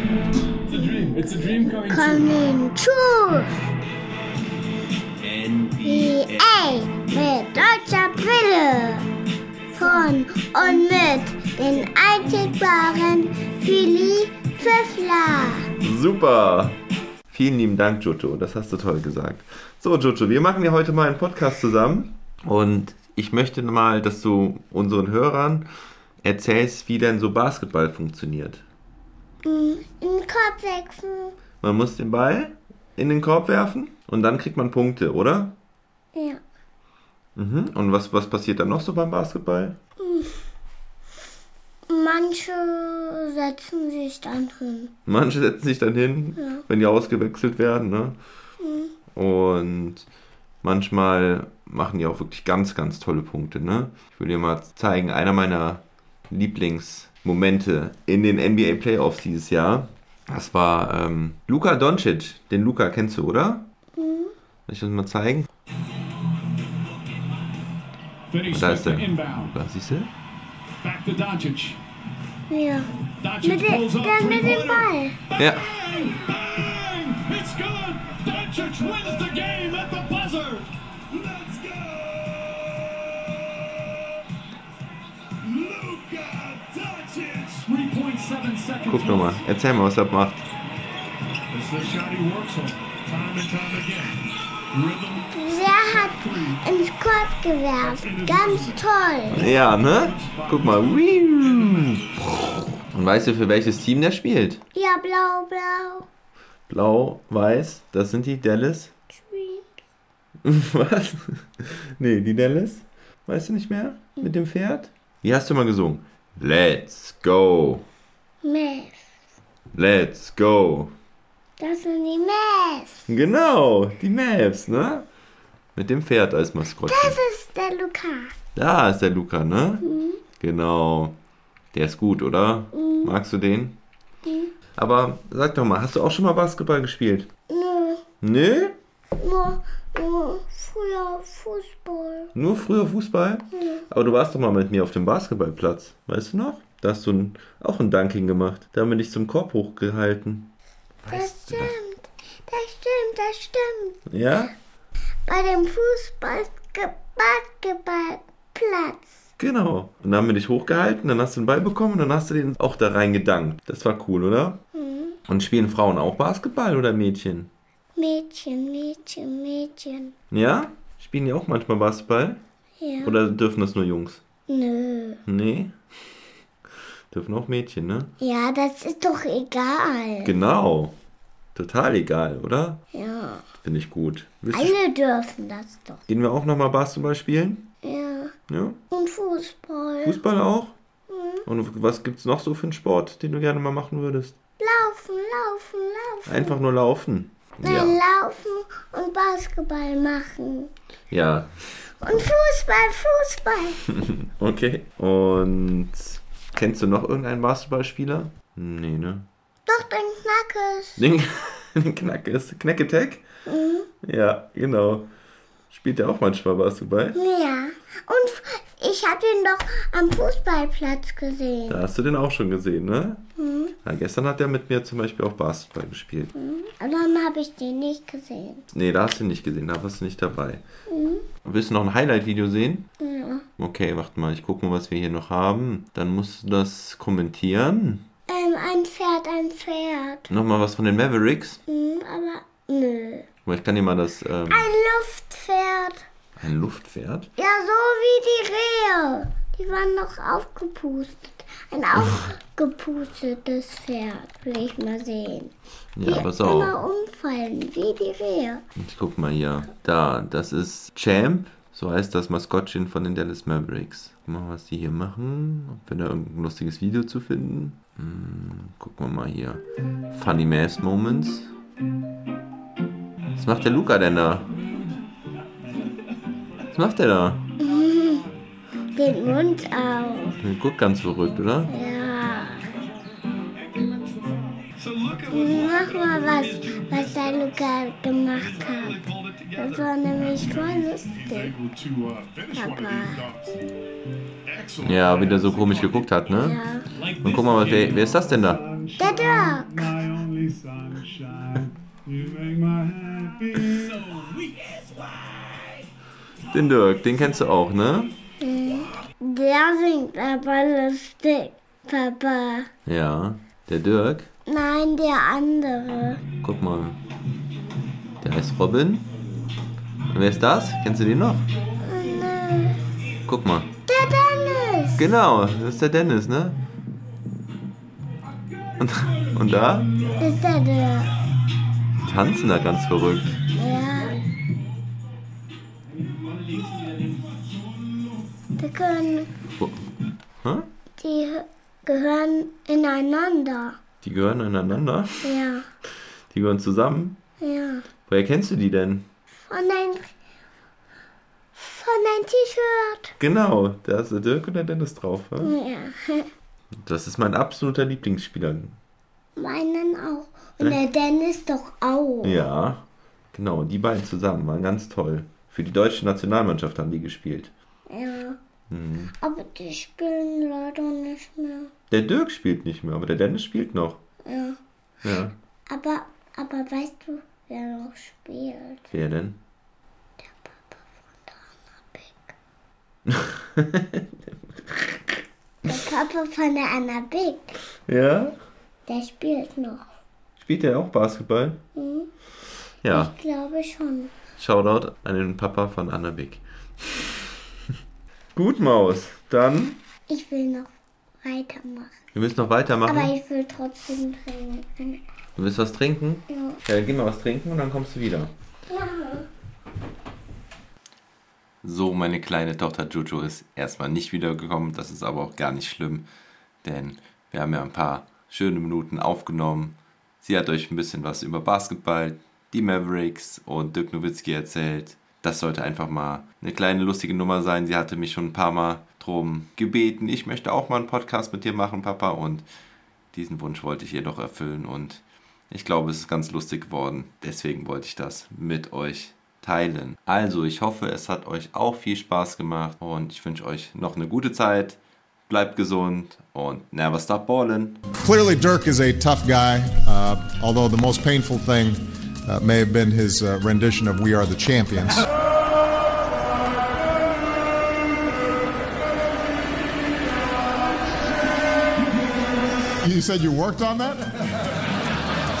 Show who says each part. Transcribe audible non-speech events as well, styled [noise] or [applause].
Speaker 1: It's a dream. It's a dream coming true.
Speaker 2: coming true. EA mit deutscher Brille. Von und mit den einzigbaren Philly Pfiffler.
Speaker 3: Super! Vielen lieben Dank, Jojo. Das hast du toll gesagt. So, Jojo, wir machen ja heute mal einen Podcast zusammen. Und ich möchte mal, dass du unseren Hörern erzählst, wie denn so Basketball funktioniert.
Speaker 2: Im Kopf wechseln.
Speaker 3: Man muss den Ball in den Korb werfen und dann kriegt man Punkte, oder?
Speaker 2: Ja.
Speaker 3: Mhm. Und was, was passiert dann noch so beim Basketball?
Speaker 2: Manche setzen sich dann hin.
Speaker 3: Manche setzen sich dann hin, wenn die ausgewechselt werden. Ne? Und manchmal machen die auch wirklich ganz, ganz tolle Punkte. Ne? Ich will dir mal zeigen, einer meiner Lieblingsmomente in den NBA Playoffs dieses Jahr, das war ähm, Luka Doncic. Den Luka kennst du, oder? Soll ich das mal zeigen?
Speaker 1: 30
Speaker 3: Da ist
Speaker 1: seconds
Speaker 3: er.
Speaker 1: inbound.
Speaker 3: Da, siehst du?
Speaker 1: Back to Doncic.
Speaker 2: Ja.
Speaker 1: Doncic
Speaker 2: Mit dem,
Speaker 1: pulls up
Speaker 2: dann mit dem
Speaker 1: three-pointer.
Speaker 2: Ball.
Speaker 3: Ja.
Speaker 1: Bang! Bang! It's good! Doncic wins the game at the buzzer! Let's go! Luka Doncic! 3.7 seconds.
Speaker 3: Guck nochmal. Erzähl mal, was er macht.
Speaker 1: It's the shot he works on. Time and time again. Rhythm
Speaker 2: Wer hat ins Korb gewerfen? Ganz toll.
Speaker 3: Ja, ne? Guck mal. Und weißt du, für welches Team der spielt?
Speaker 2: Ja, blau, blau.
Speaker 3: Blau, weiß, das sind die Dallas [laughs]
Speaker 2: Green.
Speaker 3: Was? Nee, die Dallas? Weißt du nicht mehr? Mit dem Pferd? Wie hast du mal gesungen? Let's go.
Speaker 2: Mess.
Speaker 3: Let's go.
Speaker 2: Das sind die Mess.
Speaker 3: Genau, die Mavs, ne? Mit dem Pferd als Maskottchen.
Speaker 2: Das ist der Luca.
Speaker 3: Da ist der Luca, ne? Genau. Der ist gut, oder? Magst du den? Aber sag doch mal, hast du auch schon mal Basketball gespielt?
Speaker 2: Nö,
Speaker 3: Nö?
Speaker 2: nur, nur früher Fußball.
Speaker 3: Nur früher Fußball? Aber du warst doch mal mit mir auf dem Basketballplatz, weißt du noch? Da hast du ein, auch ein Dunking gemacht. Da haben wir dich zum Korb hochgehalten.
Speaker 2: Das stimmt, das stimmt, das stimmt.
Speaker 3: Ja?
Speaker 2: Bei dem Fußball, Ge- Basketballplatz.
Speaker 3: Genau. Und dann haben wir dich hochgehalten, dann hast du den Ball bekommen und dann hast du den auch da reingedankt. Das war cool, oder? Und spielen Frauen auch Basketball oder Mädchen?
Speaker 2: Mädchen, Mädchen, Mädchen.
Speaker 3: Ja? Spielen die auch manchmal Basketball?
Speaker 2: Ja.
Speaker 3: Oder dürfen das nur Jungs?
Speaker 2: Nö.
Speaker 3: Nee. Dürfen auch Mädchen, ne?
Speaker 2: Ja, das ist doch egal.
Speaker 3: Genau. Total egal, oder?
Speaker 2: ja.
Speaker 3: Finde ich gut. Willst du
Speaker 2: Alle dürfen das doch.
Speaker 3: Gehen wir auch nochmal Basketball spielen?
Speaker 2: Ja.
Speaker 3: Ja.
Speaker 2: Und Fußball.
Speaker 3: Fußball auch? Und was gibt's noch so für einen Sport, den du gerne mal machen würdest?
Speaker 2: Laufen, laufen, laufen.
Speaker 3: Einfach nur laufen.
Speaker 2: Nein,
Speaker 3: Ja.
Speaker 2: laufen und Basketball machen.
Speaker 3: Ja.
Speaker 2: Und Fußball, Fußball.
Speaker 3: Okay. Und kennst du noch irgendeinen Basketballspieler? Nee, ne? [laughs]
Speaker 2: Doch, den Knackes.
Speaker 3: Den, den Knack ist Knacketech? Ja, genau. Spielt der auch manchmal Basketball?
Speaker 2: Ja. Und f- ich habe ihn doch am Fußballplatz gesehen.
Speaker 3: Da hast du den auch schon gesehen, ne? Na, gestern hat der mit mir zum Beispiel auch Basketball gespielt.
Speaker 2: Aber dann habe ich den nicht gesehen.
Speaker 3: Nee, da hast du ihn nicht gesehen, da warst du nicht dabei. Willst du noch ein Highlight-Video sehen?
Speaker 2: Ja.
Speaker 3: Okay, warte mal, ich gucke mal, was wir hier noch haben. Dann musst du das kommentieren.
Speaker 2: Ähm, ein Pferd, ein Pferd.
Speaker 3: Nochmal was von den Mavericks.
Speaker 2: Hm, aber nö.
Speaker 3: Guck mal, Ich kann dir mal das. Ähm,
Speaker 2: Ein Luftpferd.
Speaker 3: ein Luftpferd?
Speaker 2: Ja, so wie die Rehe. Die waren noch aufgepustet. Ein aufgepustetes Pferd will ich mal sehen.
Speaker 3: Ja,
Speaker 2: die
Speaker 3: pass
Speaker 2: immer
Speaker 3: auf.
Speaker 2: umfallen, wie die Rehe.
Speaker 3: Ich guck mal hier. Da, das ist Champ. So heißt das Maskottchen von den Dallas Mavericks. Guck Mal was die hier machen. Ob wir da irgendein lustiges Video zu finden. Hm, Gucken wir mal hier. Funny Mass Moments. Was macht der Luca denn da? Was macht der da?
Speaker 2: Den Mund auf.
Speaker 3: Der guckt ganz verrückt, oder?
Speaker 2: Ja.
Speaker 1: So look at what
Speaker 2: Mach mal was, was der Luca gemacht hat.
Speaker 1: pulled it together.
Speaker 2: Das war nämlich voll lustig.
Speaker 1: Able to uh, finish one of these dogs. Excellent.
Speaker 3: Ja, wie der so komisch geguckt hat, ne?
Speaker 2: Ja.
Speaker 3: Und guck mal, wer, wer ist das denn da?
Speaker 2: Der Dirk.
Speaker 1: My only sunshine. You make my happy soul.
Speaker 3: Den Dirk, den kennst du auch, ne?
Speaker 2: Der singt aber lustig, Papa.
Speaker 3: Ja, der Dirk.
Speaker 2: Nein, der andere.
Speaker 3: Guck mal. Der heißt Robin. Und wer ist das? Kennst du den noch?
Speaker 2: Nein.
Speaker 3: Guck mal.
Speaker 2: Der Dennis.
Speaker 3: Genau, das ist der Dennis, ne? Und, und da?
Speaker 2: Ist der Dirk.
Speaker 3: Die tanzen da ganz verrückt.
Speaker 2: Ja. Die, können,
Speaker 3: Wo- Hä?
Speaker 2: die gehören ineinander.
Speaker 3: Die gehören ineinander.
Speaker 2: Ja.
Speaker 3: Die gehören zusammen.
Speaker 2: Ja.
Speaker 3: Woher kennst du die denn?
Speaker 2: Von dein, von dein T-Shirt.
Speaker 3: Genau, da ist der Dirk und der Dennis drauf. hä?
Speaker 2: Ja.
Speaker 3: Das ist mein absoluter Lieblingsspieler.
Speaker 2: Meinen auch. Und der Dennis doch auch.
Speaker 3: Ja, genau, die beiden zusammen waren ganz toll. Für die deutsche Nationalmannschaft haben die gespielt.
Speaker 2: Ja. Aber die spielen leider nicht mehr.
Speaker 3: Der Dirk spielt nicht mehr, aber der Dennis spielt noch.
Speaker 2: Ja.
Speaker 3: Ja.
Speaker 2: Aber, aber weißt du, wer noch spielt?
Speaker 3: Wer denn?
Speaker 2: Der Papa von der Anna Big.
Speaker 3: Ja?
Speaker 2: Der spielt noch.
Speaker 3: Spielt der auch Basketball?
Speaker 2: Mhm.
Speaker 3: Ja,
Speaker 2: Ich glaube schon.
Speaker 3: Shoutout an den Papa von Anna Big. Gut, Maus. Dann,
Speaker 2: Ich will noch weitermachen.
Speaker 3: wir müssen noch weitermachen.
Speaker 2: Aber ich will trotzdem trinken.
Speaker 3: Du willst was trinken?
Speaker 2: Ja.
Speaker 3: Ja, dann geh mal was trinken und dann kommst du wieder. So, meine kleine Tochter Jojo ist erstmal nicht wiedergekommen. Das ist aber auch gar nicht schlimm, denn wir haben ja ein paar schöne Minuten aufgenommen. Sie hat euch ein bisschen was über Basketball, die Mavericks und Dirk Nowitzki erzählt. Das sollte einfach mal eine kleine lustige Nummer sein. Sie hatte mich schon ein paar Mal drum gebeten. Ich möchte auch mal einen Podcast mit dir machen, Papa. Und diesen Wunsch wollte ich ihr doch erfüllen und ich glaube, es ist ganz lustig geworden. Deswegen wollte ich das mit euch teilen. Also, ich hoffe, es hat euch auch viel Spaß gemacht und ich wünsche euch noch eine gute Zeit. Bleibt gesund und never stop ballin'.
Speaker 4: clearly Dirk is a tough guy, uh, although the most painful thing uh, may have been his uh, rendition of We Are the Champions. You said you worked on that? [laughs]